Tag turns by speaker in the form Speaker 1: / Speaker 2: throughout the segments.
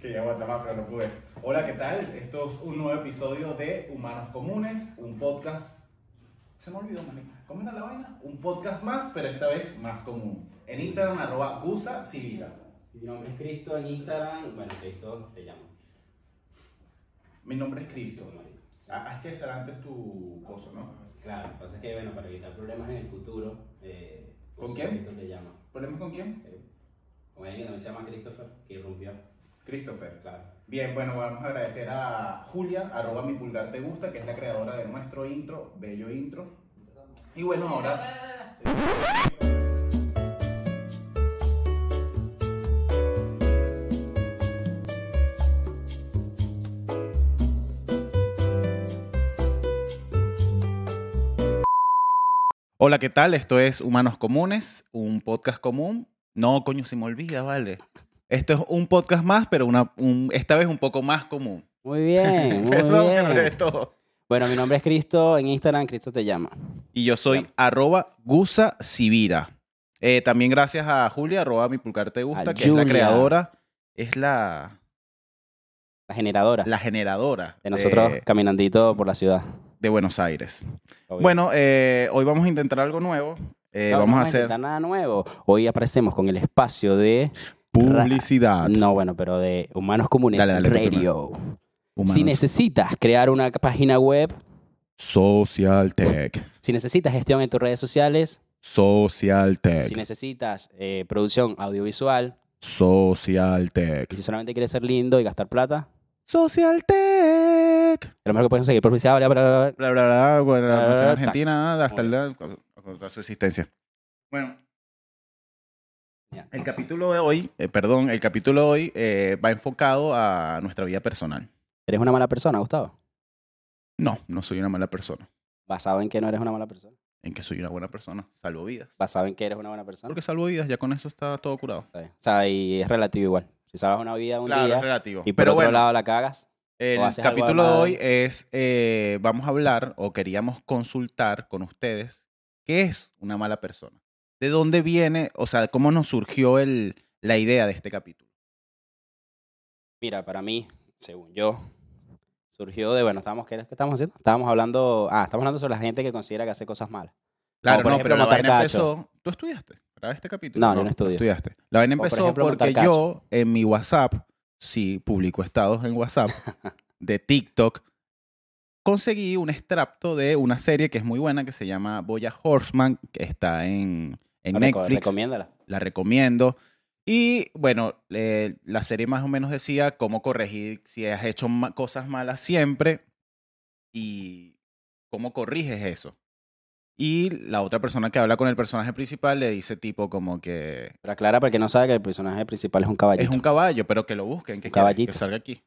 Speaker 1: Quería aguantar más, pero no pude. Hola, ¿qué tal? Esto es un nuevo episodio de Humanos Comunes, un podcast. Se me olvidó, maní. ¿Cómo era la vaina? Un podcast más, pero esta vez más común. En Instagram, arroba Gusa Civila.
Speaker 2: Mi nombre es Cristo en Instagram. Bueno, Cristo te llamo.
Speaker 1: Mi nombre es Cristo.
Speaker 2: Mario.
Speaker 1: Ah, es que será antes tu cosa, ¿no?
Speaker 2: Claro, lo que pasa es que, bueno, para evitar problemas en el futuro. Eh,
Speaker 1: ¿Con
Speaker 2: uso
Speaker 1: quién?
Speaker 2: Cristo te llamo.
Speaker 1: ¿Problemas con quién?
Speaker 2: Eh, con alguien que no se llama Christopher, que irrumpió.
Speaker 1: Christopher.
Speaker 2: Claro.
Speaker 1: Bien, bueno, vamos a agradecer a Julia, arroba mi pulgar te gusta, que es la creadora de nuestro intro, bello intro. Y bueno, ahora. Hola, ¿qué tal? Esto es Humanos Comunes, un podcast común. No, coño, se me olvida, vale. Esto es un podcast más, pero una, un- esta vez un poco más común.
Speaker 2: Muy bien, muy
Speaker 1: Perdón, pero
Speaker 2: bien.
Speaker 1: es todo.
Speaker 2: Bueno, mi nombre es Cristo en Instagram. Cristo te llama.
Speaker 1: Y yo soy arroba Gusa Sibira. Eh, también gracias a Julia, arroba mi pulgar te gusta,
Speaker 2: A
Speaker 1: que es
Speaker 2: Julia.
Speaker 1: la creadora, es la,
Speaker 2: La generadora
Speaker 1: la eh, generadora
Speaker 2: de nosotros
Speaker 1: de,
Speaker 2: caminandito por la ciudad.
Speaker 1: de Buenos Aires.
Speaker 2: Obvio.
Speaker 1: Bueno, eh, hoy vamos a intentar algo nuevo. Eh,
Speaker 2: No, no
Speaker 1: vamos a
Speaker 2: inventar
Speaker 1: hacer
Speaker 2: nada nuevo. Hoy aparecemos con el espacio de.
Speaker 1: publicidad.
Speaker 2: No, bueno, pero de Humanos Comunes
Speaker 1: Dale, dale, tú
Speaker 2: Radio.
Speaker 1: Humanos.
Speaker 2: Si necesitas crear una página web,
Speaker 1: Social Tech.
Speaker 2: si necesitas gestión en tus redes sociales,
Speaker 1: Social Tech.
Speaker 2: si necesitas eh, producción audiovisual,
Speaker 1: Social
Speaker 2: y
Speaker 1: Tech.
Speaker 2: si solamente quieres ser lindo y gastar plata,
Speaker 1: Social Tech.
Speaker 2: a lo mejor que puedes conseguir publicidad, bla, bla, bla, bla.
Speaker 1: Bla, bla, bla, bla,
Speaker 2: Bla, bla,
Speaker 1: la nación
Speaker 2: bla,
Speaker 1: argentina, hasta la, contra su existencia. Bueno,
Speaker 2: Ya.
Speaker 1: el capítulo de hoy, eh, perdón, el capítulo de hoy eh, va enfocado a nuestra vida personal.
Speaker 2: ¿Eres una mala persona, Gustavo?
Speaker 1: No, no soy una mala persona.
Speaker 2: ¿Basado en que no eres una mala persona?
Speaker 1: En que soy una buena persona. Salvo vidas.
Speaker 2: ¿Basado en que eres una buena persona?
Speaker 1: Porque salvo vidas, ya con eso está todo curado.
Speaker 2: Está bien. O sea, y es relativo igual. Si salvas una vida un
Speaker 1: Claro, es
Speaker 2: día
Speaker 1: relativo.
Speaker 2: y por
Speaker 1: Pero
Speaker 2: otro
Speaker 1: bueno,
Speaker 2: lado la cagas,
Speaker 1: El
Speaker 2: o haces algo
Speaker 1: capítulo de hoy
Speaker 2: además.
Speaker 1: es, eh, vamos a hablar o queríamos consultar con ustedes qué es una mala persona. ¿De dónde viene, o sea, cómo nos surgió el, la idea de este capítulo?
Speaker 2: mira, para mí, según yo, surgió de, bueno, estábamos, ¿qué, es que estábamos haciendo? Estábamos hablando, ah, estamos hablando sobre la gente que considera que hace cosas malas.
Speaker 1: Claro,
Speaker 2: por
Speaker 1: no,
Speaker 2: ejemplo,
Speaker 1: pero la
Speaker 2: montar
Speaker 1: vaina
Speaker 2: cacho.
Speaker 1: empezó, tú estudiaste, ¿verdad? Este capítulo.
Speaker 2: No, yo no estudié.
Speaker 1: estudiaste. La vaina
Speaker 2: O, por
Speaker 1: empezó
Speaker 2: ejemplo, montar
Speaker 1: porque
Speaker 2: cacho.
Speaker 1: yo en mi WhatsApp, sí, publico estados en WhatsApp, de TikTok, conseguí un extracto de una serie que es muy buena que se llama Boya Horseman, que está en, en
Speaker 2: Reco-
Speaker 1: Netflix.
Speaker 2: Recomiéndala.
Speaker 1: la recomiendo. Y bueno, eh, la serie más o menos decía cómo corregir si has hecho ma- cosas malas siempre y cómo corriges eso. Y la otra persona que habla con el personaje principal le dice tipo como que
Speaker 2: Pero aclara para el que no sabe que el personaje principal es un caballito.
Speaker 1: es un caballo, pero que lo busquen, que,
Speaker 2: Un
Speaker 1: quiere-
Speaker 2: caballito.
Speaker 1: que salga aquí.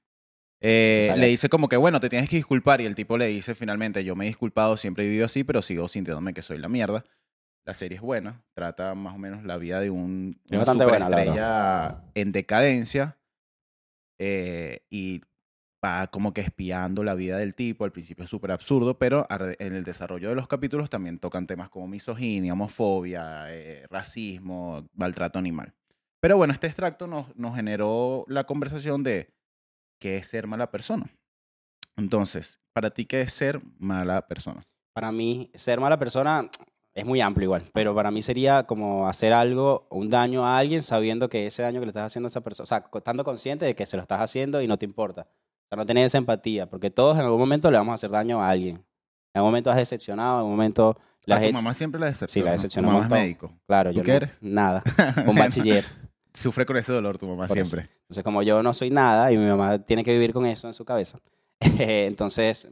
Speaker 1: Eh,
Speaker 2: Que salga
Speaker 1: le
Speaker 2: aquí.
Speaker 1: dice como que bueno, te tienes que disculpar y el tipo le dice finalmente, yo me he disculpado, siempre he vivido así, pero sigo sintiéndome que soy la mierda. La serie es buena, trata más o menos la vida de un,
Speaker 2: Es
Speaker 1: una
Speaker 2: bastante buena, la verdad.
Speaker 1: superestrella en decadencia eh, y va como que espiando la vida del tipo. Al principio es súper absurdo, pero ar- en el desarrollo de los capítulos también tocan temas como misoginia, homofobia, eh, racismo, maltrato animal. Pero bueno, este extracto nos, nos generó la conversación de qué es ser mala persona. Entonces, para ti, ¿qué es ser mala persona?
Speaker 2: Para mí, ser mala persona es muy amplio igual, pero para mí sería como hacer algo, un daño a alguien sabiendo que ese daño que le estás haciendo a esa persona, o sea, co- estando consciente de que se lo estás haciendo y no te importa. O sea, no tener esa empatía, porque todos en algún momento le vamos a hacer daño a alguien. En algún momento has decepcionado, en algún momento la
Speaker 1: A Ah, tu
Speaker 2: has-
Speaker 1: mamá siempre la decepciona.
Speaker 2: Sí, la
Speaker 1: ¿no?
Speaker 2: decepciona
Speaker 1: Tu
Speaker 2: un
Speaker 1: mamá es
Speaker 2: montón.
Speaker 1: médico.
Speaker 2: Claro,
Speaker 1: ¿Tú
Speaker 2: yo
Speaker 1: qué
Speaker 2: no-
Speaker 1: eres?
Speaker 2: nada, un bachiller.
Speaker 1: Sufre con ese dolor tu mamá
Speaker 2: Por eso.
Speaker 1: siempre.
Speaker 2: Entonces, como yo no soy nada y mi mamá tiene que vivir con eso en su cabeza, entonces,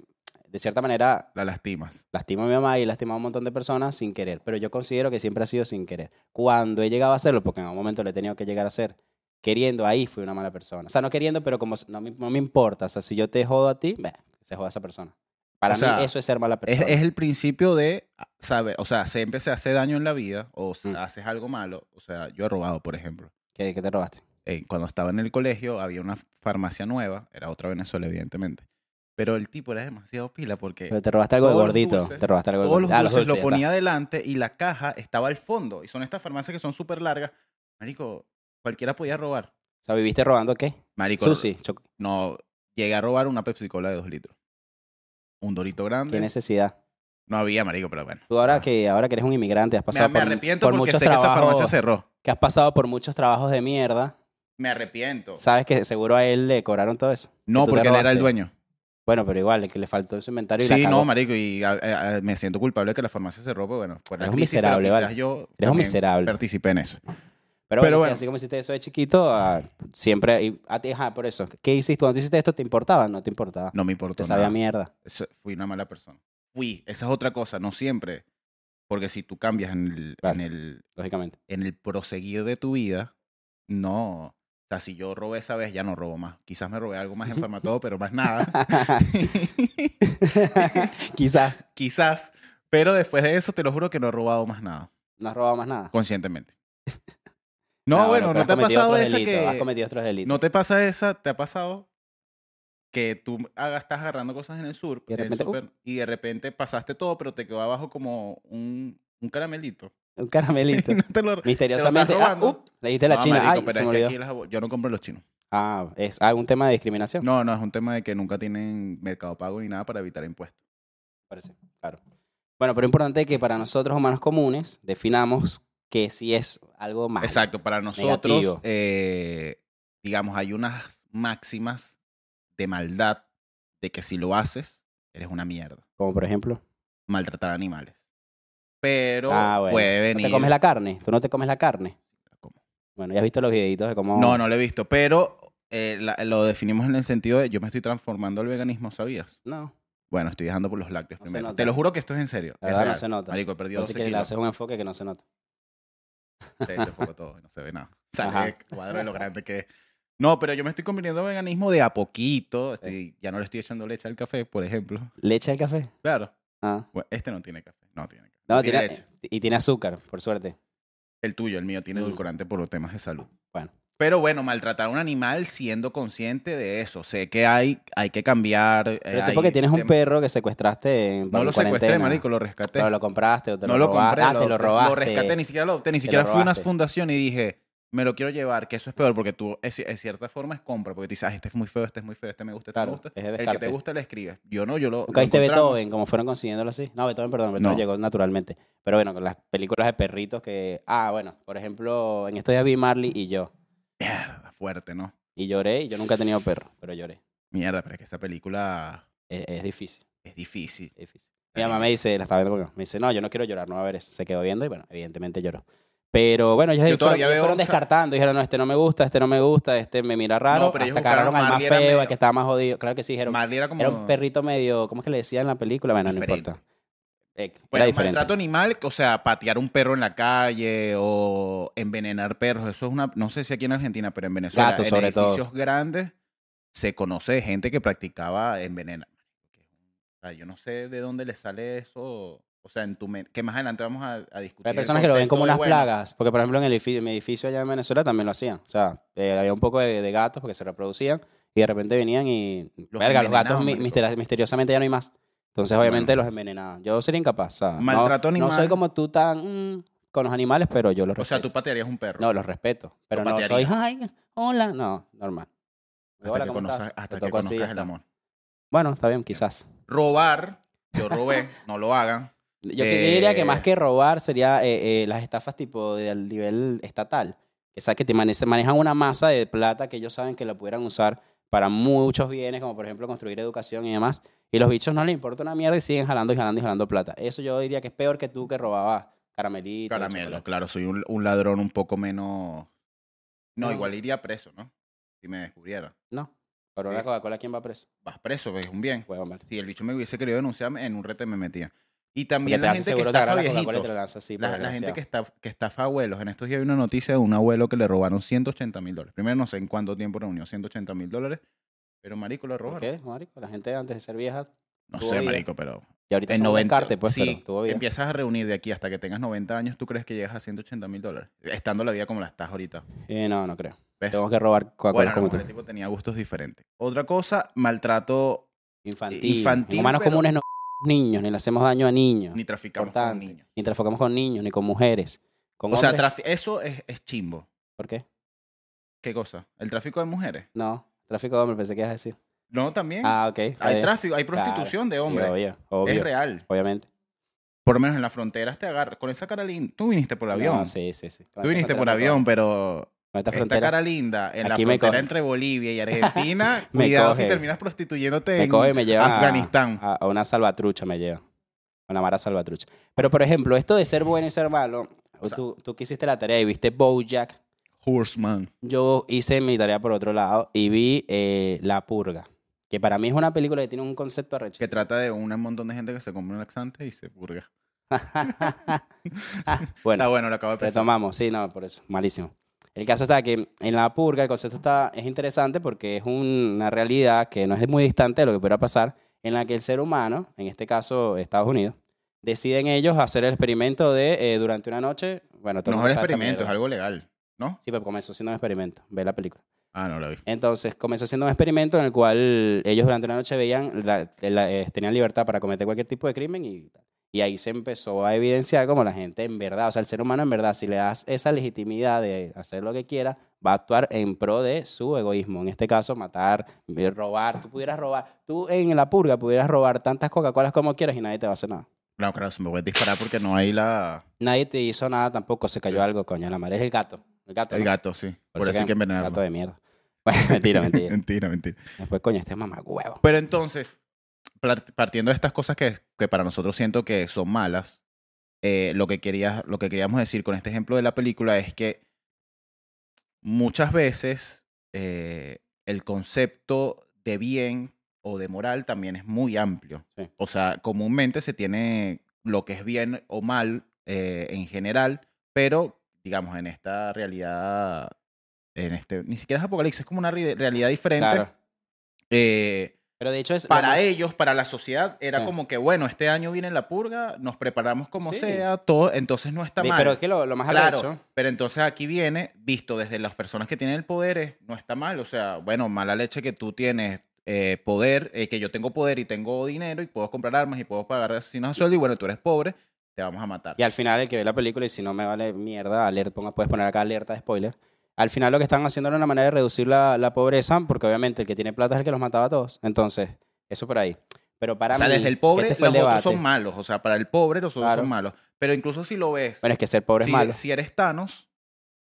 Speaker 2: de cierta manera,
Speaker 1: La lastimas.
Speaker 2: Lastimo a mi mamá y lastima a un montón de personas sin querer, pero yo considero que siempre ha sido sin querer. Cuando he llegado a hacerlo, porque en algún momento lo he tenido que llegar a hacer, queriendo, ahí fui una mala persona. O sea, no queriendo, pero como s- no me, no me importa. O sea, si yo te jodo a ti, bah, se joda esa persona. Para
Speaker 1: O
Speaker 2: mí
Speaker 1: sea,
Speaker 2: eso es ser mala
Speaker 1: Es,
Speaker 2: persona.
Speaker 1: es el principio de saber, o sea, siempre se hace daño en la vida o se-
Speaker 2: Mm.
Speaker 1: haces algo malo. O sea, yo he robado, por ejemplo.
Speaker 2: ¿Qué, qué te robaste?
Speaker 1: Eh, cuando estaba en el colegio había una farmacia nueva, era otra Venezuela, evidentemente. Pero el tipo era demasiado pila porque
Speaker 2: Pero te robaste algo de
Speaker 1: todos los
Speaker 2: gordito.
Speaker 1: dulces-
Speaker 2: te robaste algo de
Speaker 1: todos los
Speaker 2: gordito. Ah,
Speaker 1: dulces lo
Speaker 2: ya
Speaker 1: ponía adelante y la caja estaba al fondo. Y son estas farmacias que son súper largas. Marico, cualquiera podía robar.
Speaker 2: está. sea, ¿viviste robando qué?
Speaker 1: Marico,
Speaker 2: Sushi. choc-
Speaker 1: no, llegué a robar una Pepsi Cola de dos litros. Un dorito grande.
Speaker 2: ¿Qué necesidad?
Speaker 1: No había, marico, pero bueno.
Speaker 2: Tú ahora
Speaker 1: Ah.
Speaker 2: que, ahora que eres un inmigrante, has pasado
Speaker 1: Me, me
Speaker 2: por,
Speaker 1: arrepiento
Speaker 2: por
Speaker 1: porque sé
Speaker 2: muchos
Speaker 1: que esa farmacia
Speaker 2: trabajos,
Speaker 1: cerró.
Speaker 2: que has pasado por muchos trabajos de mierda.
Speaker 1: Me arrepiento.
Speaker 2: Sabes que seguro a él le cobraron todo eso.
Speaker 1: No,
Speaker 2: tú te
Speaker 1: porque él era
Speaker 2: robaste.
Speaker 1: el dueño.
Speaker 2: Bueno, pero igual, que le faltó en su inventario y la
Speaker 1: Sí,
Speaker 2: cagó.
Speaker 1: no, marico, y a- a- a- me siento culpable de que la farmacia cerró, pero bueno, por la
Speaker 2: Eres un
Speaker 1: crisis, pero
Speaker 2: miserable,
Speaker 1: quizás
Speaker 2: vale.
Speaker 1: yo
Speaker 2: Eres un
Speaker 1: también
Speaker 2: miserable.
Speaker 1: participé en eso.
Speaker 2: Pero,
Speaker 1: Pero
Speaker 2: bueno, sí,
Speaker 1: bueno.
Speaker 2: así como hiciste eso de chiquito, ah, siempre... y- a ti, ajá, por eso. ¿Qué hiciste? Cuando tú hiciste esto, ¿te importaba? No te importaba.
Speaker 1: No me importó
Speaker 2: te sabía
Speaker 1: nada.
Speaker 2: mierda.
Speaker 1: Eso- fui una mala persona. Fui, esa es otra cosa, no siempre. Porque si tú cambias en el,
Speaker 2: Claro.
Speaker 1: en el,
Speaker 2: Lógicamente.
Speaker 1: en el proseguir de tu vida, no. O sea, si yo robé esa vez, ya no robo más. Quizás me robé algo más enfermatodo, pero más nada.
Speaker 2: Quizás
Speaker 1: Quizás. Pero después de eso, te lo juro que no he robado más nada,
Speaker 2: no has robado más nada.
Speaker 1: conscientemente. No,
Speaker 2: Ah,
Speaker 1: bueno,
Speaker 2: pero
Speaker 1: ¿no
Speaker 2: has
Speaker 1: te ha
Speaker 2: cometido
Speaker 1: pasado
Speaker 2: otros
Speaker 1: esa
Speaker 2: delitos, Has
Speaker 1: que...
Speaker 2: cometido otros delitos.
Speaker 1: ¿No te pasa esa? ¿Te ha pasado que tú haga- estás agarrando cosas en el sur
Speaker 2: Y de
Speaker 1: en el
Speaker 2: repente, uh. ¡up!
Speaker 1: súper, y de repente pasaste todo, pero te quedó abajo como un, un caramelito?
Speaker 2: Un caramelito.
Speaker 1: Y no te lo-
Speaker 2: Misteriosamente,
Speaker 1: Te lo estás
Speaker 2: ah,
Speaker 1: robando.
Speaker 2: up, le dijiste a la
Speaker 1: No,
Speaker 2: China,
Speaker 1: marico,
Speaker 2: ay,
Speaker 1: pero
Speaker 2: se
Speaker 1: es
Speaker 2: me
Speaker 1: que
Speaker 2: olvidó.
Speaker 1: aquí las- yo no compro los chinos.
Speaker 2: Ah, es ah, un tema de discriminación.
Speaker 1: No, no, es un tema de que nunca tienen mercado pago ni nada para evitar impuestos.
Speaker 2: Parece, claro. Bueno, pero es importante que para nosotros, humanos comunes, definamos que si es algo malo.
Speaker 1: Exacto, para nosotros,
Speaker 2: Ah, negativo.
Speaker 1: eh, digamos, hay unas máximas de maldad de que si lo haces, eres una mierda.
Speaker 2: Como por ejemplo,
Speaker 1: Maltratar animales. Pero
Speaker 2: Ah, bueno.
Speaker 1: puede
Speaker 2: ¿no
Speaker 1: venir.
Speaker 2: te comes la carne? ¿Tú no te comes la carne?
Speaker 1: como-
Speaker 2: Bueno, ya has visto los videitos de cómo...
Speaker 1: No, no lo he visto, pero eh, la- lo definimos en el sentido de yo me estoy transformando al veganismo, ¿sabías?
Speaker 2: No,
Speaker 1: Bueno, estoy dejando por los lácteos
Speaker 2: No se
Speaker 1: primero.
Speaker 2: nota.
Speaker 1: Te lo juro que esto es en serio.
Speaker 2: la
Speaker 1: es
Speaker 2: verdad no
Speaker 1: real.
Speaker 2: se nota.
Speaker 1: Marico, perdió
Speaker 2: Entonces
Speaker 1: 12
Speaker 2: que le
Speaker 1: kilos.
Speaker 2: haces un enfoque que no se nota.
Speaker 1: Se, se fue todo, no se ve nada. Sale
Speaker 2: Ajá.
Speaker 1: el cuadro de lo grande que es. No, pero yo me estoy convirtiendo en veganismo de a poquito. Estoy- ya no le estoy echando leche al café, por ejemplo.
Speaker 2: ¿Leche al café?
Speaker 1: Claro.
Speaker 2: Ah.
Speaker 1: Bueno, este no tiene café. No tiene café.
Speaker 2: No,
Speaker 1: No
Speaker 2: tiene, eh,
Speaker 1: tiene leche. Eh,
Speaker 2: y tiene azúcar, por suerte.
Speaker 1: El tuyo, el mío, tiene
Speaker 2: Mm.
Speaker 1: edulcorante por los temas de salud.
Speaker 2: Bueno.
Speaker 1: Pero bueno, maltratar a un animal siendo consciente de eso. Sé que hay, hay que cambiar. eh,
Speaker 2: Pero tú
Speaker 1: hay
Speaker 2: porque tienes un
Speaker 1: temas-
Speaker 2: perro que secuestraste en
Speaker 1: No lo secuestré,
Speaker 2: cuarentena.
Speaker 1: marico, lo rescaté.
Speaker 2: Pero lo compraste o te
Speaker 1: no
Speaker 2: lo,
Speaker 1: lo
Speaker 2: robaste.
Speaker 1: compré,
Speaker 2: ah,
Speaker 1: lo,
Speaker 2: te lo
Speaker 1: adopté.
Speaker 2: robaste.
Speaker 1: rescaté, ni siquiera lo adopté, ni
Speaker 2: lo
Speaker 1: siquiera fui a una
Speaker 2: robaste.
Speaker 1: fundación y dije, me lo quiero llevar, que eso es peor, porque tú, es- en cierta forma, es compra, porque tú dices, "Ay, este es muy feo, este es muy feo, este me gusta, este
Speaker 2: Claro,
Speaker 1: me gusta.
Speaker 2: es de
Speaker 1: El que te
Speaker 2: descarte. este
Speaker 1: gusta le escribes. Yo no, yo lo.
Speaker 2: Nunca
Speaker 1: lo
Speaker 2: viste
Speaker 1: encontramos.
Speaker 2: Beethoven, como fueron consiguiéndolo así. No, Beethoven, perdón, Beethoven
Speaker 1: No.
Speaker 2: llegó naturalmente. Pero bueno, con las películas de perritos que. Ah, bueno, por ejemplo, en estos días vi Marley y yo.
Speaker 1: Mierda, fuerte, ¿no?
Speaker 2: Y lloré, y yo nunca he tenido perro, pero lloré.
Speaker 1: Mierda, pero es que esa película
Speaker 2: Es, es difícil,
Speaker 1: es difícil.
Speaker 2: es difícil. Mi mamá me dice, la estaba viendo conmigo, me dice, no, yo no quiero llorar, no va a ver eso. Se quedó viendo y bueno, evidentemente lloró. Pero bueno, ellos,
Speaker 1: Yo
Speaker 2: ellos fueron,
Speaker 1: todavía
Speaker 2: ellos
Speaker 1: veo,
Speaker 2: fueron
Speaker 1: o sea-
Speaker 2: descartando, dijeron, no, este no me gusta, este no me gusta, este me mira raro.
Speaker 1: No, pero ellos
Speaker 2: hasta agarraron
Speaker 1: buscaron
Speaker 2: al más
Speaker 1: Marley, era
Speaker 2: feo, al
Speaker 1: medio-
Speaker 2: que estaba más jodido. Claro que sí, dijeron,
Speaker 1: Marley era como.
Speaker 2: Era un perrito medio, ¿cómo es que le decía en la película? Bueno, no
Speaker 1: Diferente.
Speaker 2: importa. Eh,
Speaker 1: Bueno,
Speaker 2: era diferente.
Speaker 1: maltrato animal, o sea, patear un perro en la calle o envenenar perros, eso es una, no sé si aquí en Argentina, pero en Venezuela,
Speaker 2: Gatos,
Speaker 1: en
Speaker 2: sobre todo.
Speaker 1: edificios grandes, se conoce de gente que practicaba envenenar. O sea, yo no sé de dónde le sale eso, o sea, en tu mente, que más adelante vamos a, a discutir.
Speaker 2: Hay
Speaker 1: el
Speaker 2: personas que lo ven como
Speaker 1: concepto de,
Speaker 2: unas
Speaker 1: bueno,
Speaker 2: plagas, porque por ejemplo en, el edificio, en mi edificio allá en Venezuela también lo hacían. O sea, eh, había un poco de, de gatos porque se reproducían y de repente venían y...
Speaker 1: Los
Speaker 2: verga, los gatos
Speaker 1: envenenaban,
Speaker 2: mi-
Speaker 1: marico.
Speaker 2: misteri- misteriosamente ya no hay más. Entonces obviamente los envenenaban. Yo sería incapaz. o sea, no-
Speaker 1: Maltrato
Speaker 2: no,
Speaker 1: animal.
Speaker 2: soy como tú tan mm, con los animales, pero yo los
Speaker 1: O sea,
Speaker 2: respeto.
Speaker 1: tú patearías un perro.
Speaker 2: No, los respeto. Pero
Speaker 1: Lo
Speaker 2: no soy, ay, hola. No, normal.
Speaker 1: hasta
Speaker 2: hola,
Speaker 1: que
Speaker 2: ¿cómo
Speaker 1: conozcas,
Speaker 2: estás?
Speaker 1: hasta
Speaker 2: Te
Speaker 1: que
Speaker 2: tocó así,
Speaker 1: conozcas
Speaker 2: ya
Speaker 1: el
Speaker 2: está.
Speaker 1: amor.
Speaker 2: Bueno, está bien, quizás.
Speaker 1: Robar, yo robé, no lo hagan.
Speaker 2: Yo que diría que más
Speaker 1: Eh,
Speaker 2: que robar sería eh, eh, las estafas tipo del nivel estatal. O sea, que te mane- se manejan una masa de plata que ellos saben que la pudieran usar para muchos bienes, como por ejemplo construir educación y demás. Y los bichos no les importa una mierda y siguen jalando y jalando y jalando plata. Eso yo diría que es peor que tú que robabas caramelitos.
Speaker 1: Caramelo,
Speaker 2: chocolate.
Speaker 1: claro, soy un, un ladrón un poco menos. No,
Speaker 2: No.
Speaker 1: igual iría preso, ¿no? Si me descubriera.
Speaker 2: No. Pero ahora
Speaker 1: Sí.
Speaker 2: Coca-Cola, ¿quién va preso?
Speaker 1: Vas preso, pues, es un bien.
Speaker 2: Huevón, vale.
Speaker 1: Si el bicho me hubiese querido denunciarme, en un rete me metía. Y
Speaker 2: Porque
Speaker 1: también
Speaker 2: te
Speaker 1: la
Speaker 2: hace
Speaker 1: gente que
Speaker 2: seguro te
Speaker 1: estafa
Speaker 2: agarra la Coca-Cola y te
Speaker 1: viejitos.
Speaker 2: la lanza pues, así. por
Speaker 1: La, la gente
Speaker 2: desgraciado.
Speaker 1: que, estaf- que estafa abuelos. En estos días vi una noticia de un abuelo que le robaron 180 mil dólares. Primero no sé en cuánto tiempo reunió 180 mil dólares. Pero marico lo
Speaker 2: ¿Por
Speaker 1: robaron.
Speaker 2: qué, marico? La gente antes de ser vieja...
Speaker 1: No
Speaker 2: Tuvo
Speaker 1: sé,
Speaker 2: vida.
Speaker 1: marico, pero...
Speaker 2: Y ahorita
Speaker 1: En
Speaker 2: son
Speaker 1: 90...
Speaker 2: descarte, pues,
Speaker 1: sí,
Speaker 2: pero tuvo vida.
Speaker 1: empiezas a reunir de aquí hasta que tengas 90 años, ¿tú crees que llegas a 180 mil dólares? Estando la vida como la estás ahorita.
Speaker 2: Eh, no, no creo.
Speaker 1: ¿Ves?
Speaker 2: Tengo que robar Coca-Cola
Speaker 1: Bueno, no,
Speaker 2: como tú.
Speaker 1: el tipo tenía gustos diferentes. Otra cosa, maltrato
Speaker 2: Infantil.
Speaker 1: Infantil,
Speaker 2: En humanos
Speaker 1: pero-
Speaker 2: comunes no niños, ni le hacemos daño a niños.
Speaker 1: ni
Speaker 2: Ni
Speaker 1: traficamos con
Speaker 2: importante.
Speaker 1: niños.
Speaker 2: Ni trafocamos con niños, ni con mujeres. Con
Speaker 1: O sea,
Speaker 2: hombres,
Speaker 1: trafi- eso es, es chimbo.
Speaker 2: ¿Por qué?
Speaker 1: ¿Qué cosa? ¿El tráfico de mujeres?
Speaker 2: No, tráfico de hombres, pensé que ibas a decir.
Speaker 1: No, también.
Speaker 2: Ah, ok. está
Speaker 1: hay
Speaker 2: bien.
Speaker 1: tráfico, hay
Speaker 2: Claro,
Speaker 1: prostitución de
Speaker 2: sí,
Speaker 1: hombres.
Speaker 2: obvio, obvio,
Speaker 1: Es real.
Speaker 2: Obviamente.
Speaker 1: Por lo menos en las fronteras te agarra. Con esa cara linda. Tú viniste por avión.
Speaker 2: No, sí, sí, sí. Con esta
Speaker 1: Tú viniste
Speaker 2: frontera
Speaker 1: por
Speaker 2: no
Speaker 1: avión,
Speaker 2: puedo.
Speaker 1: pero
Speaker 2: Con esta
Speaker 1: esta
Speaker 2: frontera
Speaker 1: cara linda en
Speaker 2: Aquí
Speaker 1: la
Speaker 2: me
Speaker 1: frontera
Speaker 2: cogen.
Speaker 1: entre Bolivia y Argentina,
Speaker 2: Me
Speaker 1: cuidado si
Speaker 2: cogen.
Speaker 1: terminas prostituyéndote
Speaker 2: me
Speaker 1: en
Speaker 2: coge y me lleva a-
Speaker 1: Afganistán.
Speaker 2: A, a una salvatrucha me lleva. A Una mara salvatrucha. Pero, por ejemplo, esto de ser bueno y ser malo,
Speaker 1: O sea-
Speaker 2: tú, tú que hiciste la tarea y viste Bojack,
Speaker 1: Horseman.
Speaker 2: yo hice mi tarea por otro lado y vi eh, La Purga, que para mí es una película que tiene un concepto arrecho.
Speaker 1: Que trata de un montón de gente que se compra un laxante y se purga. Está
Speaker 2: bueno,
Speaker 1: bueno, lo acabo de pensar.
Speaker 2: retomamos. Sí, no, por eso. Malísimo. El caso está que en La Purga el concepto está, es interesante porque es una realidad que no es muy distante de lo que pudiera pasar, en la que el ser humano, en este caso Estados Unidos, deciden ellos hacer el experimento de eh, durante una noche, bueno, todo el
Speaker 1: No
Speaker 2: mundo
Speaker 1: es
Speaker 2: sabe esta
Speaker 1: experimento, es
Speaker 2: mierda.
Speaker 1: algo legal, ¿no?
Speaker 2: Sí, pero comenzó siendo un experimento, ve la película.
Speaker 1: Ah, no lo vi.
Speaker 2: Entonces comenzó siendo un experimento en el cual ellos durante la noche veían, la- la- eh, tenían libertad para cometer cualquier tipo de crimen y, y ahí se empezó a evidenciar como la gente en verdad, o sea, el ser humano en verdad, si le das esa legitimidad de hacer lo que quiera, va a actuar en pro de su egoísmo. En este caso, matar, eh, robar. Tú pudieras robar, tú en la purga pudieras robar tantas Coca-Colas como quieras y nadie te va a hacer nada.
Speaker 1: No, claro, se me voy a disparar porque no hay la...
Speaker 2: Nadie te hizo nada tampoco, se cayó algo, coño, la madre es el gato. El gato.
Speaker 1: el
Speaker 2: ¿no?
Speaker 1: gato, sí. Por, eso hay que
Speaker 2: un Gato
Speaker 1: envenenarlo.
Speaker 2: de mierda. Bueno, mentira, mentira.
Speaker 1: mentira, mentira.
Speaker 2: Después, coño, este mamá huevo.
Speaker 1: Pero entonces, plat- partiendo de estas cosas que, que para nosotros siento que son malas, eh, lo, que quería, lo que queríamos decir con este ejemplo de la película es que muchas veces eh, el concepto de bien o de moral también es muy amplio.
Speaker 2: Sí.
Speaker 1: O sea, comúnmente se tiene lo que es bien o mal eh, en general, pero digamos, en esta realidad, en este, ni siquiera es apocalipsis, es como una re- realidad diferente.
Speaker 2: Claro.
Speaker 1: Eh,
Speaker 2: Pero de hecho es. lo
Speaker 1: para
Speaker 2: más-
Speaker 1: ellos, para la sociedad, era
Speaker 2: Sí.
Speaker 1: como que, bueno, este año viene la purga, nos preparamos como
Speaker 2: Sí.
Speaker 1: sea, todo, entonces no está
Speaker 2: de-
Speaker 1: mal.
Speaker 2: Pero es que lo, lo más
Speaker 1: Claro.
Speaker 2: arrecho-
Speaker 1: Pero entonces aquí viene, visto desde las personas que tienen el poder, es, no está mal. O sea, bueno, mala leche que tú tienes eh, poder, eh, que yo tengo poder y tengo dinero y puedo comprar armas y puedo pagar asesinos a sueldo y bueno, tú eres pobre, te vamos a matar.
Speaker 2: Y al final, el que ve la película, y si no me vale mierda, alerta, ponga, puedes poner acá alerta de spoiler. Al final, lo que están haciendo era una manera de reducir la, la pobreza, porque obviamente el que tiene plata es el que los mataba a todos. Entonces, eso por ahí. Pero para
Speaker 1: o sea,
Speaker 2: mí.
Speaker 1: desde el pobre,
Speaker 2: este fue
Speaker 1: los
Speaker 2: el
Speaker 1: otros
Speaker 2: debate.
Speaker 1: son malos. O sea, para el pobre, los otros
Speaker 2: Claro.
Speaker 1: son malos. Pero incluso si lo ves,
Speaker 2: Bueno, es que ser pobre
Speaker 1: si,
Speaker 2: es malo.
Speaker 1: si eres Thanos,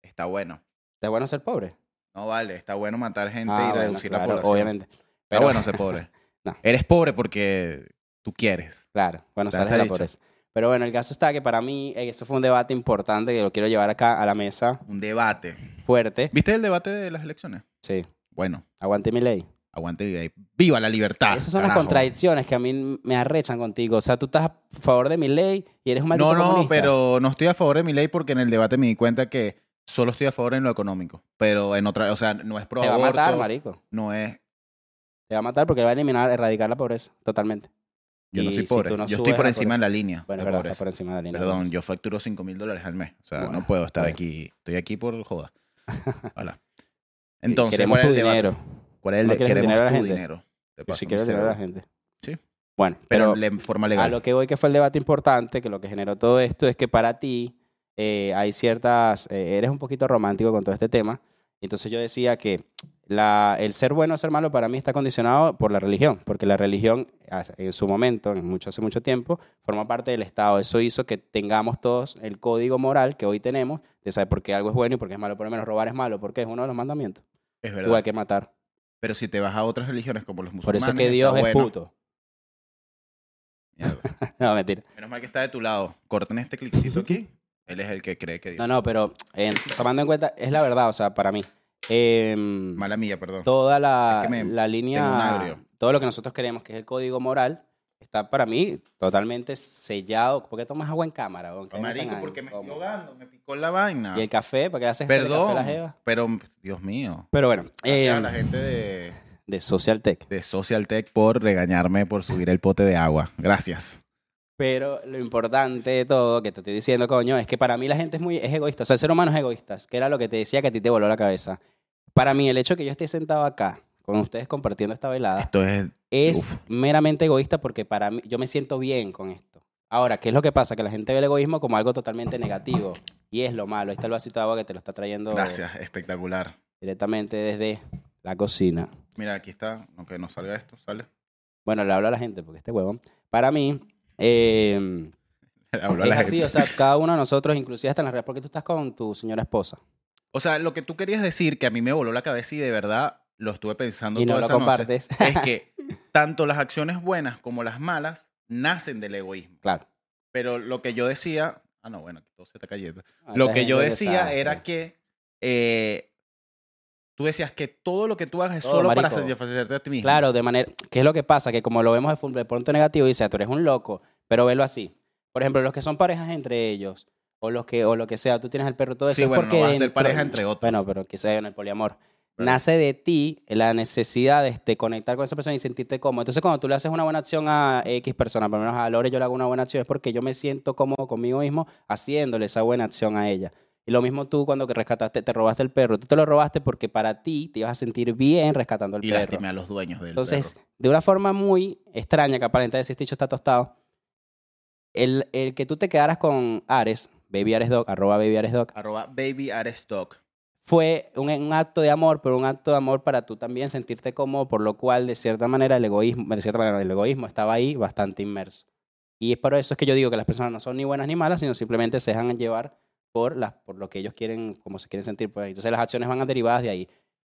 Speaker 1: está bueno.
Speaker 2: ¿Está bueno ser pobre?
Speaker 1: No vale, está bueno matar gente
Speaker 2: Ah,
Speaker 1: y
Speaker 2: bueno,
Speaker 1: reducir la
Speaker 2: claro,
Speaker 1: población.
Speaker 2: Obviamente.
Speaker 1: Pero
Speaker 2: Pero-
Speaker 1: bueno, ser pobre.
Speaker 2: No.
Speaker 1: Eres pobre porque tú quieres.
Speaker 2: Claro, bueno,
Speaker 1: Ya
Speaker 2: sales
Speaker 1: está
Speaker 2: de la
Speaker 1: dicho.
Speaker 2: pobreza. Pero bueno, el caso está que para mí, eh, eso fue un debate importante que lo quiero llevar acá a la mesa
Speaker 1: Un debate.
Speaker 2: fuerte.
Speaker 1: ¿Viste el debate de las elecciones?
Speaker 2: Sí,
Speaker 1: Bueno,
Speaker 2: aguante mi ley.
Speaker 1: aguante viva. y- ¡Viva la libertad!
Speaker 2: Esas son las
Speaker 1: carajo!
Speaker 2: contradicciones que a mí me arrechan contigo. O sea, tú estás a favor de mi ley y eres un maldito
Speaker 1: No, no,
Speaker 2: comunista.
Speaker 1: pero no estoy a favor de mi ley porque en el debate me di cuenta que solo estoy a favor en lo económico. Pero en otra, o sea, no es pro
Speaker 2: Te va a matar,
Speaker 1: aborto,
Speaker 2: marico.
Speaker 1: No es.
Speaker 2: Te va a matar porque va a eliminar, erradicar la pobreza totalmente.
Speaker 1: Yo no
Speaker 2: Y
Speaker 1: soy
Speaker 2: si
Speaker 1: pobre.
Speaker 2: tú no
Speaker 1: yo estoy
Speaker 2: subes
Speaker 1: por
Speaker 2: la
Speaker 1: encima de
Speaker 2: pobreza.
Speaker 1: la línea.
Speaker 2: Bueno,
Speaker 1: de
Speaker 2: es verdad,
Speaker 1: pobreza.
Speaker 2: está por encima pues. de la línea.
Speaker 1: Perdón,
Speaker 2: Bueno,
Speaker 1: yo facturo 5 mil dólares al mes. O sea,
Speaker 2: Bueno,
Speaker 1: no puedo estar
Speaker 2: bueno.
Speaker 1: aquí. Estoy aquí por joda. Hola. Entonces,
Speaker 2: queremos
Speaker 1: ¿cuál es
Speaker 2: tu
Speaker 1: el debate?
Speaker 2: dinero.
Speaker 1: ¿Cuál es el
Speaker 2: ¿No
Speaker 1: de-
Speaker 2: quieres el
Speaker 1: queremos
Speaker 2: dinero de la
Speaker 1: tu
Speaker 2: gente?
Speaker 1: dinero? Te
Speaker 2: Yo
Speaker 1: paso
Speaker 2: sí
Speaker 1: un
Speaker 2: quiero el dinero de la
Speaker 1: cero.
Speaker 2: gente.
Speaker 1: Sí.
Speaker 2: Bueno,
Speaker 1: Pero
Speaker 2: pero,
Speaker 1: en forma
Speaker 2: a
Speaker 1: legal.
Speaker 2: lo que voy que fue el debate importante, que lo que generó todo esto es que para ti eh, hay ciertas, eh, eres un poquito romántico con todo este tema, entonces yo decía que la, el ser bueno o ser malo para mí está condicionado por la religión, porque la religión hace- en su momento, en mucho, hace mucho tiempo, forma parte del Estado. Eso hizo que tengamos todos el código moral que hoy tenemos de saber por qué algo es bueno y por qué es malo. Por lo menos robar es malo, porque es uno de los mandamientos.
Speaker 1: Es verdad.
Speaker 2: Igual que matar.
Speaker 1: Pero si te vas a otras religiones como los
Speaker 2: Por
Speaker 1: musulmanes.
Speaker 2: eso es que
Speaker 1: está
Speaker 2: Dios es
Speaker 1: bueno.
Speaker 2: puto.
Speaker 1: Mierda.
Speaker 2: No, mentira.
Speaker 1: Menos mal que está de tu lado. Corten este cliccito aquí. Él es el que cree que Dios.
Speaker 2: No, no, pero en- tomando en cuenta, es la verdad, o sea, para mí. Em,
Speaker 1: Mala mía, perdón.
Speaker 2: toda la,
Speaker 1: Es que me-
Speaker 2: la
Speaker 1: tengo un
Speaker 2: línea,
Speaker 1: agrio.
Speaker 2: todo lo que nosotros queremos, que es el código moral, está para mí totalmente sellado. ¿Por qué tomas agua en cámara? weón? Que
Speaker 1: Oh,
Speaker 2: no es tan
Speaker 1: Marico,
Speaker 2: agrio,
Speaker 1: porque me estoy
Speaker 2: ¿cómo?
Speaker 1: ahogando. Me picó la vaina.
Speaker 2: ¿Y el café? ¿Para qué haces hacerle café a la
Speaker 1: Perdón.
Speaker 2: jeva?
Speaker 1: Pero, Dios mío.
Speaker 2: Pero bueno,
Speaker 1: Gracias a
Speaker 2: em,
Speaker 1: la gente de,
Speaker 2: de Social Tech.
Speaker 1: de Social Tech por regañarme por subir el pote de agua. Gracias.
Speaker 2: Pero lo importante de todo que te estoy diciendo, coño, es que para mí la gente es muy es egoísta. O sea, el ser humano es egoísta, que era lo que te decía que a ti te voló la cabeza. Para mí, el hecho de que yo esté sentado acá, con ustedes compartiendo esta velada,
Speaker 1: Esto es.
Speaker 2: es
Speaker 1: Uf.
Speaker 2: meramente egoísta porque para mí, yo me siento bien con esto. Ahora, ¿qué es lo que pasa? Que la gente ve el egoísmo como algo totalmente negativo. Y es lo malo. Ahí está el vasito de agua que te lo está trayendo.
Speaker 1: Gracias. Espectacular.
Speaker 2: directamente desde la cocina.
Speaker 1: Mira, aquí está, aunque no salga esto, sale.
Speaker 2: Bueno, le hablo a la gente porque este huevón. Para mí, eh,
Speaker 1: Habló a
Speaker 2: es
Speaker 1: la
Speaker 2: así,
Speaker 1: gente.
Speaker 2: o sea, cada uno de nosotros, inclusive hasta en las redes, porque tú estás con tu señora esposa
Speaker 1: O sea, lo que tú querías decir, que a mí me voló la cabeza y de verdad lo estuve pensando
Speaker 2: y no
Speaker 1: toda
Speaker 2: lo
Speaker 1: esa noche,
Speaker 2: compartes.
Speaker 1: es que tanto las acciones buenas como las malas nacen del egoísmo.
Speaker 2: claro.
Speaker 1: Pero lo que yo decía, ah, no, bueno, que todo se está cayendo.
Speaker 2: Ah,
Speaker 1: Lo
Speaker 2: esta
Speaker 1: que yo
Speaker 2: gente
Speaker 1: decía
Speaker 2: desastre.
Speaker 1: era que eh, tú decías que todo lo que tú hagas es
Speaker 2: Todo,
Speaker 1: solo para
Speaker 2: marico.
Speaker 1: satisfacerte a ti mismo.
Speaker 2: Claro, de manera. ¿Qué es lo que pasa? Que como lo vemos de, fu- de pronto negativo, dice, "Ah, tú eres un loco, pero velo así. Por ejemplo, los que son parejas entre ellos, o los que, o lo que sea, tú tienes el perro todo eso.
Speaker 1: Sí,
Speaker 2: es
Speaker 1: bueno,
Speaker 2: porque
Speaker 1: no vas a ser
Speaker 2: dentro-
Speaker 1: pareja entre otros.
Speaker 2: Bueno, pero quizás en el poliamor.
Speaker 1: Pero-
Speaker 2: Nace de ti la necesidad de, de conectar con esa persona y sentirte cómodo. Entonces, cuando tú le haces una buena acción a X persona, por lo menos a Lore yo le hago una buena acción, es porque yo me siento cómodo conmigo mismo haciéndole esa buena acción a ella. Y lo mismo tú cuando que rescataste, te robaste el perro. Tú te lo robaste porque para ti te ibas a sentir bien rescatando el
Speaker 1: y
Speaker 2: perro.
Speaker 1: lastimé a los dueños del
Speaker 2: Entonces,
Speaker 1: perro.
Speaker 2: de una forma muy extraña, que aparenta decir, este dicho está tostado, el, el que tú te quedaras con Ares, baby Ares Dog, arroba baby Ares Dog,
Speaker 1: Arroba baby Ares Dog.
Speaker 2: fue un, un acto de amor, pero un acto de amor para tú también sentirte cómodo, por lo cual, de cierta manera, el egoísmo, de cierta manera, el egoísmo estaba ahí bastante inmerso. Y es por eso es que yo digo que las personas no son ni buenas ni malas, sino simplemente se dejan llevar por, las, por lo que ellos quieren, como se quieren sentir. Pues. Entonces las acciones van derivadas de ahí.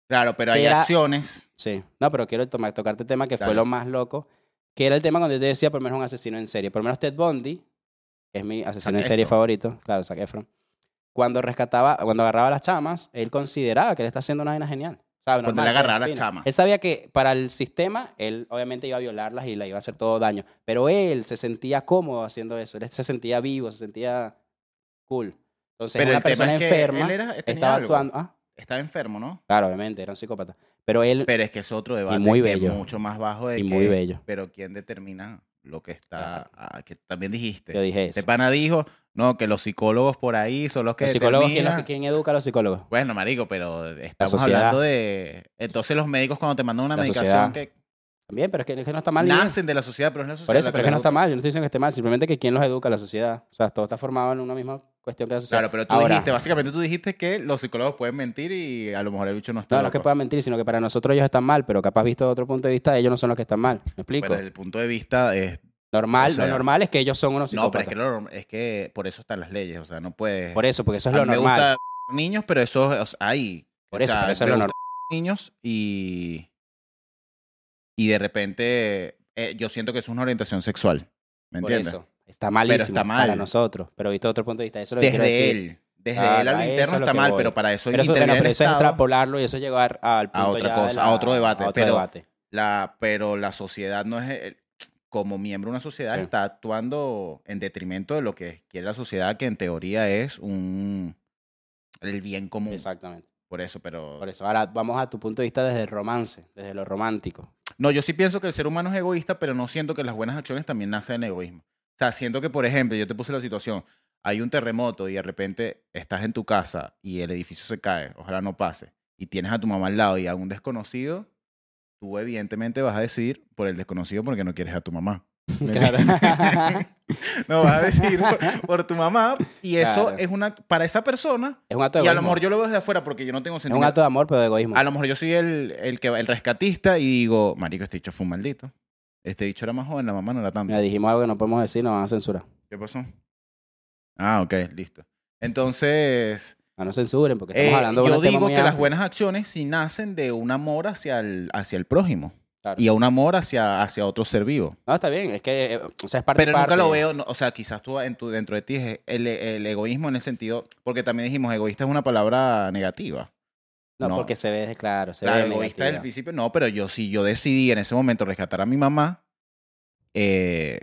Speaker 1: Claro, pero hay
Speaker 2: Era-
Speaker 1: acciones.
Speaker 2: Sí, no, pero quiero tomar, tocarte el tema que fue
Speaker 1: Dale.
Speaker 2: lo más loco, que era el tema cuando yo te decía, por lo menos un asesino en serie. Por lo menos Ted Bundy, que es mi asesino
Speaker 1: Zac
Speaker 2: en serie
Speaker 1: Efron.
Speaker 2: favorito, claro, Zac Efron. Cuando rescataba, cuando agarraba a las chamas, él consideraba que él está haciendo una vaina genial. O sea, normal,
Speaker 1: le agarraba a
Speaker 2: fina.
Speaker 1: las chamas.
Speaker 2: Él sabía que para el sistema, él obviamente iba a violarlas y le iba a hacer todo daño. Pero él se sentía cómodo haciendo eso. Él se sentía vivo, se sentía cool. Entonces,
Speaker 1: Pero
Speaker 2: una
Speaker 1: el tema
Speaker 2: persona
Speaker 1: es que
Speaker 2: enferma
Speaker 1: él era, tenía
Speaker 2: estaba
Speaker 1: algo.
Speaker 2: actuando. Ah,
Speaker 1: Estaba enfermo, ¿no?
Speaker 2: claro, obviamente, era un psicópata. Pero él,
Speaker 1: Pero es que es otro debate
Speaker 2: muy
Speaker 1: que es
Speaker 2: bello.
Speaker 1: mucho más bajo de
Speaker 2: y
Speaker 1: que,
Speaker 2: muy bello.
Speaker 1: pero quién determina lo que
Speaker 2: Claro.
Speaker 1: está ah, que también dijiste.
Speaker 2: Yo dije eso.
Speaker 1: Este pana dijo, no, que los psicólogos por ahí son los que
Speaker 2: los psicólogos, ¿quién,
Speaker 1: determinan.
Speaker 2: los- quién educa a los psicólogos?
Speaker 1: Bueno, marico, pero estamos
Speaker 2: sociedad.
Speaker 1: hablando de... Entonces los médicos cuando te mandan una
Speaker 2: La
Speaker 1: medicación
Speaker 2: sociedad.
Speaker 1: que
Speaker 2: También, pero es que, es que no está mal. ni bien.
Speaker 1: nacen de la sociedad, pero es la sociedad
Speaker 2: Por eso,
Speaker 1: la
Speaker 2: pero es
Speaker 1: la
Speaker 2: que no está
Speaker 1: educa.
Speaker 2: mal. Yo no estoy diciendo que esté mal. Simplemente que quién los educa, la sociedad. O sea, todo está formado en una misma cuestión que la sociedad.
Speaker 1: Claro, pero tú
Speaker 2: Ahora,
Speaker 1: dijiste, básicamente tú dijiste que los psicólogos pueden mentir y a lo mejor el bicho no está
Speaker 2: No, no es que
Speaker 1: loco.
Speaker 2: puedan mentir, sino que para nosotros ellos están mal, pero capaz visto de otro punto de vista, ellos no son los que están mal. ¿Me explico?
Speaker 1: Pero Pues desde el punto de vista es...
Speaker 2: normal,
Speaker 1: o sea,
Speaker 2: lo normal es que ellos son unos
Speaker 1: No,
Speaker 2: psicópatas.
Speaker 1: pero es que, lo- es que por eso están las leyes, o sea, no puedes...
Speaker 2: Por eso, porque eso es
Speaker 1: A
Speaker 2: lo
Speaker 1: mí me
Speaker 2: normal.
Speaker 1: gusta niños, pero eso es ahí.
Speaker 2: Por eso, pero eso es
Speaker 1: me
Speaker 2: lo
Speaker 1: gusta Niños y. Y de repente. eh, yo siento que eso es una orientación sexual. ¿Me
Speaker 2: Por
Speaker 1: entiendes?
Speaker 2: eso. Está malísimo
Speaker 1: está
Speaker 2: para
Speaker 1: mal.
Speaker 2: nosotros. Pero visto de otro punto de vista, eso es lo que quiero
Speaker 1: Desde
Speaker 2: decir.
Speaker 1: él. Desde
Speaker 2: Claro,
Speaker 1: él a lo
Speaker 2: a eso
Speaker 1: interno
Speaker 2: es lo
Speaker 1: está
Speaker 2: que
Speaker 1: mal,
Speaker 2: voy.
Speaker 1: pero para eso,
Speaker 2: Pero eso,
Speaker 1: interviene
Speaker 2: bueno, pero
Speaker 1: el
Speaker 2: eso es
Speaker 1: Estado,
Speaker 2: extrapolarlo y eso es llegar al punto
Speaker 1: otra
Speaker 2: ya de
Speaker 1: cosa,
Speaker 2: la-
Speaker 1: a otro debate,
Speaker 2: a otro
Speaker 1: pero-
Speaker 2: debate.
Speaker 1: la, pero la sociedad no es. el- como miembro de una sociedad,
Speaker 2: Sí.
Speaker 1: está actuando en detrimento de lo que quiere la sociedad, que en teoría es un. el bien común.
Speaker 2: Exactamente.
Speaker 1: Por eso, pero.
Speaker 2: Por eso, ahora vamos a tu punto de vista desde el romance, desde lo romántico.
Speaker 1: No, yo sí pienso que el ser humano es egoísta, pero no siento que las buenas acciones también nacen del egoísmo. O sea, siento que, por ejemplo, yo te puse la situación, hay un terremoto y de repente estás en tu casa y el edificio se cae, ojalá no pase, y tienes a tu mamá al lado y a un desconocido, tú evidentemente vas a decir por el desconocido porque no quieres a tu mamá. ¿Me
Speaker 2: Claro.
Speaker 1: entiendes? no vas a decir por, por tu mamá y eso
Speaker 2: Claro.
Speaker 1: es una para esa persona
Speaker 2: Es un acto de
Speaker 1: y a
Speaker 2: egoísmo.
Speaker 1: lo mejor yo lo veo desde afuera porque yo no tengo
Speaker 2: Es un acto
Speaker 1: sentimiento.
Speaker 2: de amor, pero de egoísmo.
Speaker 1: A lo mejor yo soy el, el, que, el rescatista y digo, marico, este bicho fue un maldito. Este bicho era más joven, la mamá no era tanto.
Speaker 2: Mira, dijimos algo que no podemos decir, nos van a censurar.
Speaker 1: ¿Qué pasó? Ah, ok, listo. Entonces,
Speaker 2: No nos censuren porque estamos
Speaker 1: eh,
Speaker 2: hablando de
Speaker 1: yo
Speaker 2: un tema
Speaker 1: digo
Speaker 2: muy
Speaker 1: que las
Speaker 2: amplio.
Speaker 1: buenas acciones sí nacen de un amor hacia el, hacia el prójimo
Speaker 2: Claro.
Speaker 1: y a un amor hacia, hacia otro ser vivo.
Speaker 2: No, está bien, es que eh, o sea, es parte y
Speaker 1: Pero nunca lo
Speaker 2: parte.
Speaker 1: veo, no, o sea, quizás tú en tu, dentro de ti es el, el egoísmo en el sentido, porque también dijimos, egoísta es una palabra negativa.
Speaker 2: No,
Speaker 1: no.
Speaker 2: porque se ve, claro, se
Speaker 1: claro,
Speaker 2: ve
Speaker 1: egoísta desde el
Speaker 2: negativa.
Speaker 1: principio, no, pero yo si yo decidí en ese momento rescatar a mi mamá, eh,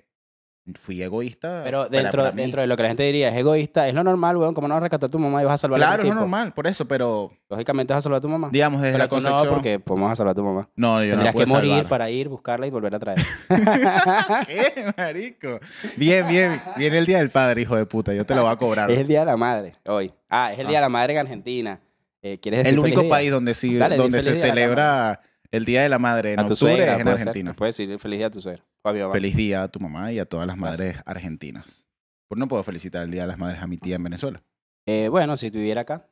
Speaker 1: fui egoísta.
Speaker 2: Pero
Speaker 1: para-
Speaker 2: dentro,
Speaker 1: para mí.
Speaker 2: dentro de lo que la gente diría, es egoísta, es lo normal, weón, como no vas a rescatar a tu mamá y vas a salvar a
Speaker 1: Claro,
Speaker 2: otro
Speaker 1: es lo
Speaker 2: tipo.
Speaker 1: normal, por eso, pero
Speaker 2: Lógicamente vas a salvar a tu mamá.
Speaker 1: digamos desde
Speaker 2: pero
Speaker 1: la
Speaker 2: tú
Speaker 1: concepción.
Speaker 2: no, porque pues, vamos a salvar a tu mamá.
Speaker 1: No, yo no la
Speaker 2: Tendrías
Speaker 1: pude
Speaker 2: que morir
Speaker 1: salvar.
Speaker 2: para ir, buscarla y volver a traer.
Speaker 1: ¿Qué, marico? Bien, bien. Viene el día del padre, hijo de puta. Yo te lo voy a cobrar.
Speaker 2: Es el Día de la Madre hoy. Ah, es el Día
Speaker 1: Ah.
Speaker 2: de la Madre en Argentina. Eh, ¿Quieres decir
Speaker 1: el
Speaker 2: feliz
Speaker 1: único
Speaker 2: día?
Speaker 1: país donde, sí-
Speaker 2: Dale, di
Speaker 1: donde se
Speaker 2: feliz día a la
Speaker 1: celebra el Día de la Madre en
Speaker 2: a tu
Speaker 1: octubre
Speaker 2: suegra,
Speaker 1: es en
Speaker 2: puede ser.
Speaker 1: Argentina.
Speaker 2: Puedes decir feliz día a tu suegra. o a mi mamá.
Speaker 1: Feliz día a tu mamá y a todas las
Speaker 2: Gracias.
Speaker 1: madres argentinas. Pues no puedo felicitar el Día de las Madres a mi tía en Venezuela.
Speaker 2: Eh, bueno, si estuviera acá.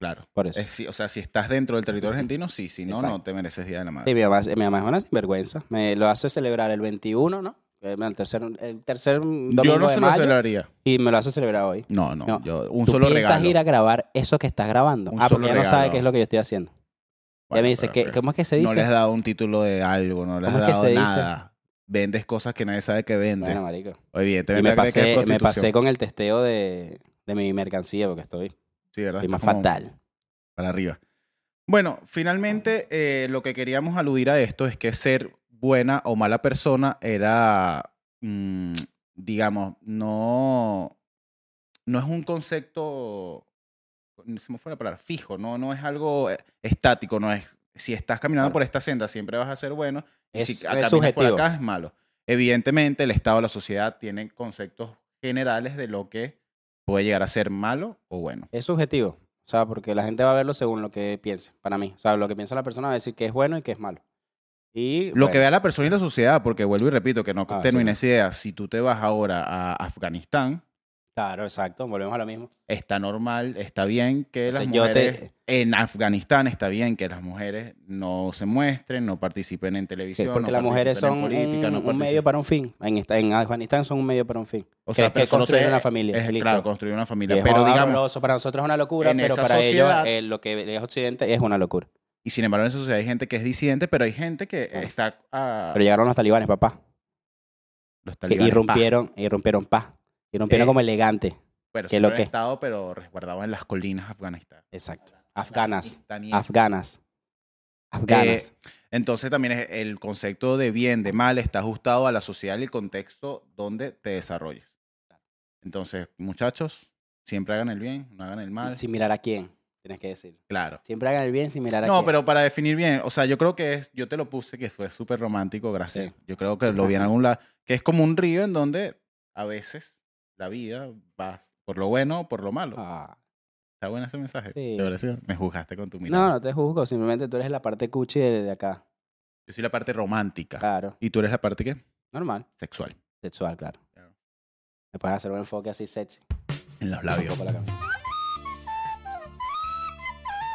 Speaker 1: Claro.
Speaker 2: Por eso.
Speaker 1: Es, sí, o sea, si estás dentro del territorio argentino, sí, si no, no
Speaker 2: Exacto. Eh,
Speaker 1: te mereces Día de la Madre.
Speaker 2: Sí, mi mamá, mi mamá es una sinvergüenza. Me lo hace celebrar el 21, ¿no? Eh, El tercer, el tercer domingo
Speaker 1: yo no
Speaker 2: de
Speaker 1: se lo
Speaker 2: mayo
Speaker 1: celebraría.
Speaker 2: y me lo hace celebrar hoy.
Speaker 1: No, no,
Speaker 2: No.
Speaker 1: yo- un
Speaker 2: ¿Tú
Speaker 1: solo
Speaker 2: piensas
Speaker 1: regalo.
Speaker 2: ir a grabar eso que estás grabando?
Speaker 1: Un
Speaker 2: ah,
Speaker 1: solo
Speaker 2: porque ella no sabe
Speaker 1: regalo.
Speaker 2: qué es lo que yo estoy haciendo.
Speaker 1: Bueno,
Speaker 2: ella me dice,
Speaker 1: pero-
Speaker 2: ¿qué-
Speaker 1: pero
Speaker 2: ¿cómo es que se
Speaker 1: No le has
Speaker 2: dice?
Speaker 1: dado un título de algo, no le has
Speaker 2: ¿Cómo es que
Speaker 1: dado
Speaker 2: se dice?
Speaker 1: nada. Vendes cosas que nadie sabe que vendes.
Speaker 2: bueno, marico. Y
Speaker 1: Evidentemente,
Speaker 2: me
Speaker 1: cree que es
Speaker 2: pasé, me
Speaker 1: prostitución.
Speaker 2: pasé con el testeo de, de mi mercancía porque estoy,
Speaker 1: Sí, ¿verdad?
Speaker 2: estoy más
Speaker 1: Como-
Speaker 2: fatal.
Speaker 1: para arriba. Bueno, finalmente eh, lo que queríamos aludir a esto es que ser buena o mala persona era, mm, digamos, no, no es un concepto, se me fue la palabra, fijo, no, no es algo eh, estático, no es, si estás caminando
Speaker 2: Claro.
Speaker 1: por esta senda siempre vas a ser bueno, y
Speaker 2: Es,
Speaker 1: si
Speaker 2: es
Speaker 1: caminas por
Speaker 2: subjetivo.
Speaker 1: acá es malo. Evidentemente, el Estado, la sociedad tienen conceptos generales de lo que puede llegar a ser malo o bueno.
Speaker 2: Es subjetivo. O sea, porque la gente va a verlo según lo que piense, para mí. O sea, lo que piensa la persona va a decir que es bueno y que es malo. Y
Speaker 1: Lo que
Speaker 2: bueno,
Speaker 1: vea la persona y la sociedad, porque vuelvo y repito, que no
Speaker 2: Ah,
Speaker 1: termines idea, si tú te vas ahora a Afganistán,
Speaker 2: Claro, exacto. Volvemos a lo mismo.
Speaker 1: está normal, está bien que las
Speaker 2: Entonces, yo te-
Speaker 1: mujeres... En Afganistán está bien que las mujeres no se muestren, no participen en
Speaker 2: Que
Speaker 1: televisión,
Speaker 2: porque
Speaker 1: no
Speaker 2: las mujeres son
Speaker 1: participen en política,
Speaker 2: un,
Speaker 1: no
Speaker 2: un
Speaker 1: participen-
Speaker 2: medio para un fin. En, esta- en Afganistán son un medio para un fin.
Speaker 1: O
Speaker 2: que
Speaker 1: sea,
Speaker 2: es
Speaker 1: pero
Speaker 2: que
Speaker 1: eso no
Speaker 2: construyen
Speaker 1: sé,
Speaker 2: una familia.
Speaker 1: es-
Speaker 2: listo.
Speaker 1: claro, construir una familia.
Speaker 2: Y es
Speaker 1: pero digamos,
Speaker 2: horroroso, para nosotros es una locura,
Speaker 1: en
Speaker 2: pero
Speaker 1: esa
Speaker 2: para
Speaker 1: sociedad-
Speaker 2: ellos eh, lo que es Occidente es una locura.
Speaker 1: y sin embargo en esa sociedad hay gente que es disidente, pero hay gente que eh, está... ah,
Speaker 2: Pero llegaron los talibanes, papá.
Speaker 1: los
Speaker 2: Que
Speaker 1: talibanes, pa.
Speaker 2: irrumpieron, irrumpieron paz. Irrumpieron
Speaker 1: Eh.
Speaker 2: como elegante.
Speaker 1: Bueno,
Speaker 2: que
Speaker 1: siempre
Speaker 2: lo
Speaker 1: han
Speaker 2: que-
Speaker 1: estado, pero resguardados en las colinas afganistas.
Speaker 2: Exacto. Afganas.
Speaker 1: Afganistaníes.
Speaker 2: Afganas. Afganas.
Speaker 1: Eh, Entonces también es el concepto de bien, de mal, está ajustado a la sociedad y el contexto donde te desarrolles. Entonces, muchachos, siempre hagan el bien, no hagan el mal.
Speaker 2: sin mirar a quién, tienes que decir.
Speaker 1: Claro.
Speaker 2: Siempre hagan el bien sin mirar a quién.
Speaker 1: No, pero para definir bien, o sea, yo creo que es, yo te lo puse que fue súper romántico, gracias.
Speaker 2: Sí.
Speaker 1: Yo creo que lo vi en algún lado, que es como un río en donde a veces la vida va por lo bueno o por lo malo.
Speaker 2: Ah.
Speaker 1: Está bueno ese mensaje.
Speaker 2: Sí.
Speaker 1: ¿Te pareció? Me juzgaste con tu mirada.
Speaker 2: No, no te juzgo, simplemente tú eres la parte cuchi de, de acá.
Speaker 1: Yo soy la parte romántica.
Speaker 2: Claro,
Speaker 1: Y tú eres la parte que
Speaker 2: normal,
Speaker 1: sexual.
Speaker 2: sexual, claro.
Speaker 1: Claro.
Speaker 2: Me puedes hacer un enfoque así sexy,
Speaker 1: En los
Speaker 2: un
Speaker 1: labios.
Speaker 2: poco la cabeza.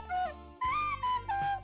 Speaker 1: Eh,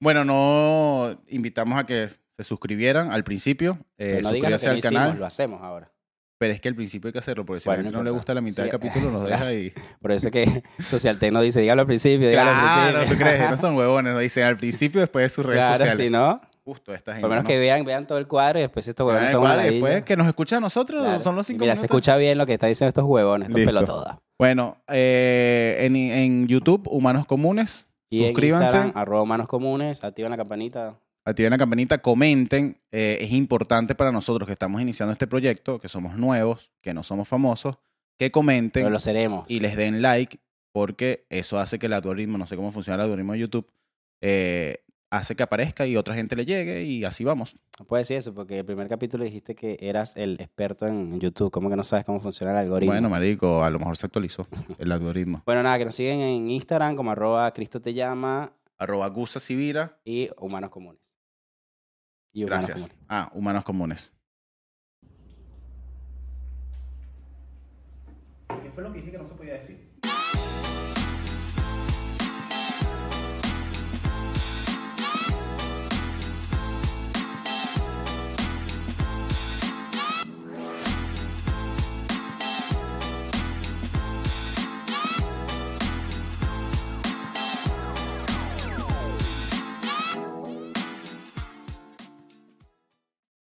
Speaker 1: Bueno, no invitamos a que se suscribieran al principio. Eh,
Speaker 2: Pero no digas lo
Speaker 1: suscríbase
Speaker 2: que no
Speaker 1: al
Speaker 2: hicimos,
Speaker 1: canal.
Speaker 2: lo hacemos ahora.
Speaker 1: Pero es que al principio hay que hacerlo, porque si
Speaker 2: Bueno,
Speaker 1: a la
Speaker 2: no
Speaker 1: gente no le
Speaker 2: importa.
Speaker 1: gusta la mitad del
Speaker 2: Sí,
Speaker 1: capítulo, nos deja
Speaker 2: claro.
Speaker 1: ahí.
Speaker 2: Por eso es que Socialtec nos dice, dígalo al principio, dígalo al
Speaker 1: Claro,
Speaker 2: principio.
Speaker 1: ¿tú crees? No son huevones, nos dicen al principio, después de sus redes
Speaker 2: Claro,
Speaker 1: sociales.
Speaker 2: si no,
Speaker 1: Justo esta gente.
Speaker 2: por lo menos
Speaker 1: ¿no?
Speaker 2: que vean, vean todo el cuadro y después estos
Speaker 1: Vean
Speaker 2: huevones
Speaker 1: el
Speaker 2: son
Speaker 1: cuadro
Speaker 2: una
Speaker 1: y después
Speaker 2: ladilla.
Speaker 1: que nos escucha a nosotros,
Speaker 2: Claro.
Speaker 1: son los
Speaker 2: Y
Speaker 1: cinco
Speaker 2: Mira, se
Speaker 1: minutos.
Speaker 2: escucha bien lo que están diciendo estos huevones, estos
Speaker 1: Listo.
Speaker 2: pelotodas.
Speaker 1: Bueno, eh, en, en YouTube, Humanos Comunes,
Speaker 2: Y en
Speaker 1: Suscríbanse.
Speaker 2: Instagram, arroba manos comunes, activan la campanita,
Speaker 1: activen la campanita, comenten. eh, es importante para nosotros que estamos iniciando este proyecto, que somos nuevos, que no somos famosos, que comenten.
Speaker 2: pero lo seremos.
Speaker 1: y les den like, porque eso hace que el algoritmo, no sé cómo funciona el algoritmo de YouTube, eh, hace que aparezca y otra gente le llegue y así vamos.
Speaker 2: No puedes decir eso, porque el primer capítulo dijiste que eras el experto en en YouTube. ¿Cómo que no sabes cómo funciona el algoritmo?
Speaker 1: Bueno, marico, a lo mejor se actualizó el algoritmo.
Speaker 2: Bueno, nada, que nos siguen en Instagram como arroba Cristo te llama
Speaker 1: Arroba Gusa Sibira.
Speaker 2: y Humanos Comunes. Y Humanos
Speaker 1: Gracias.
Speaker 2: Comunes.
Speaker 1: Ah, humanos comunes. ¿Qué fue lo que dije que no se podía decir?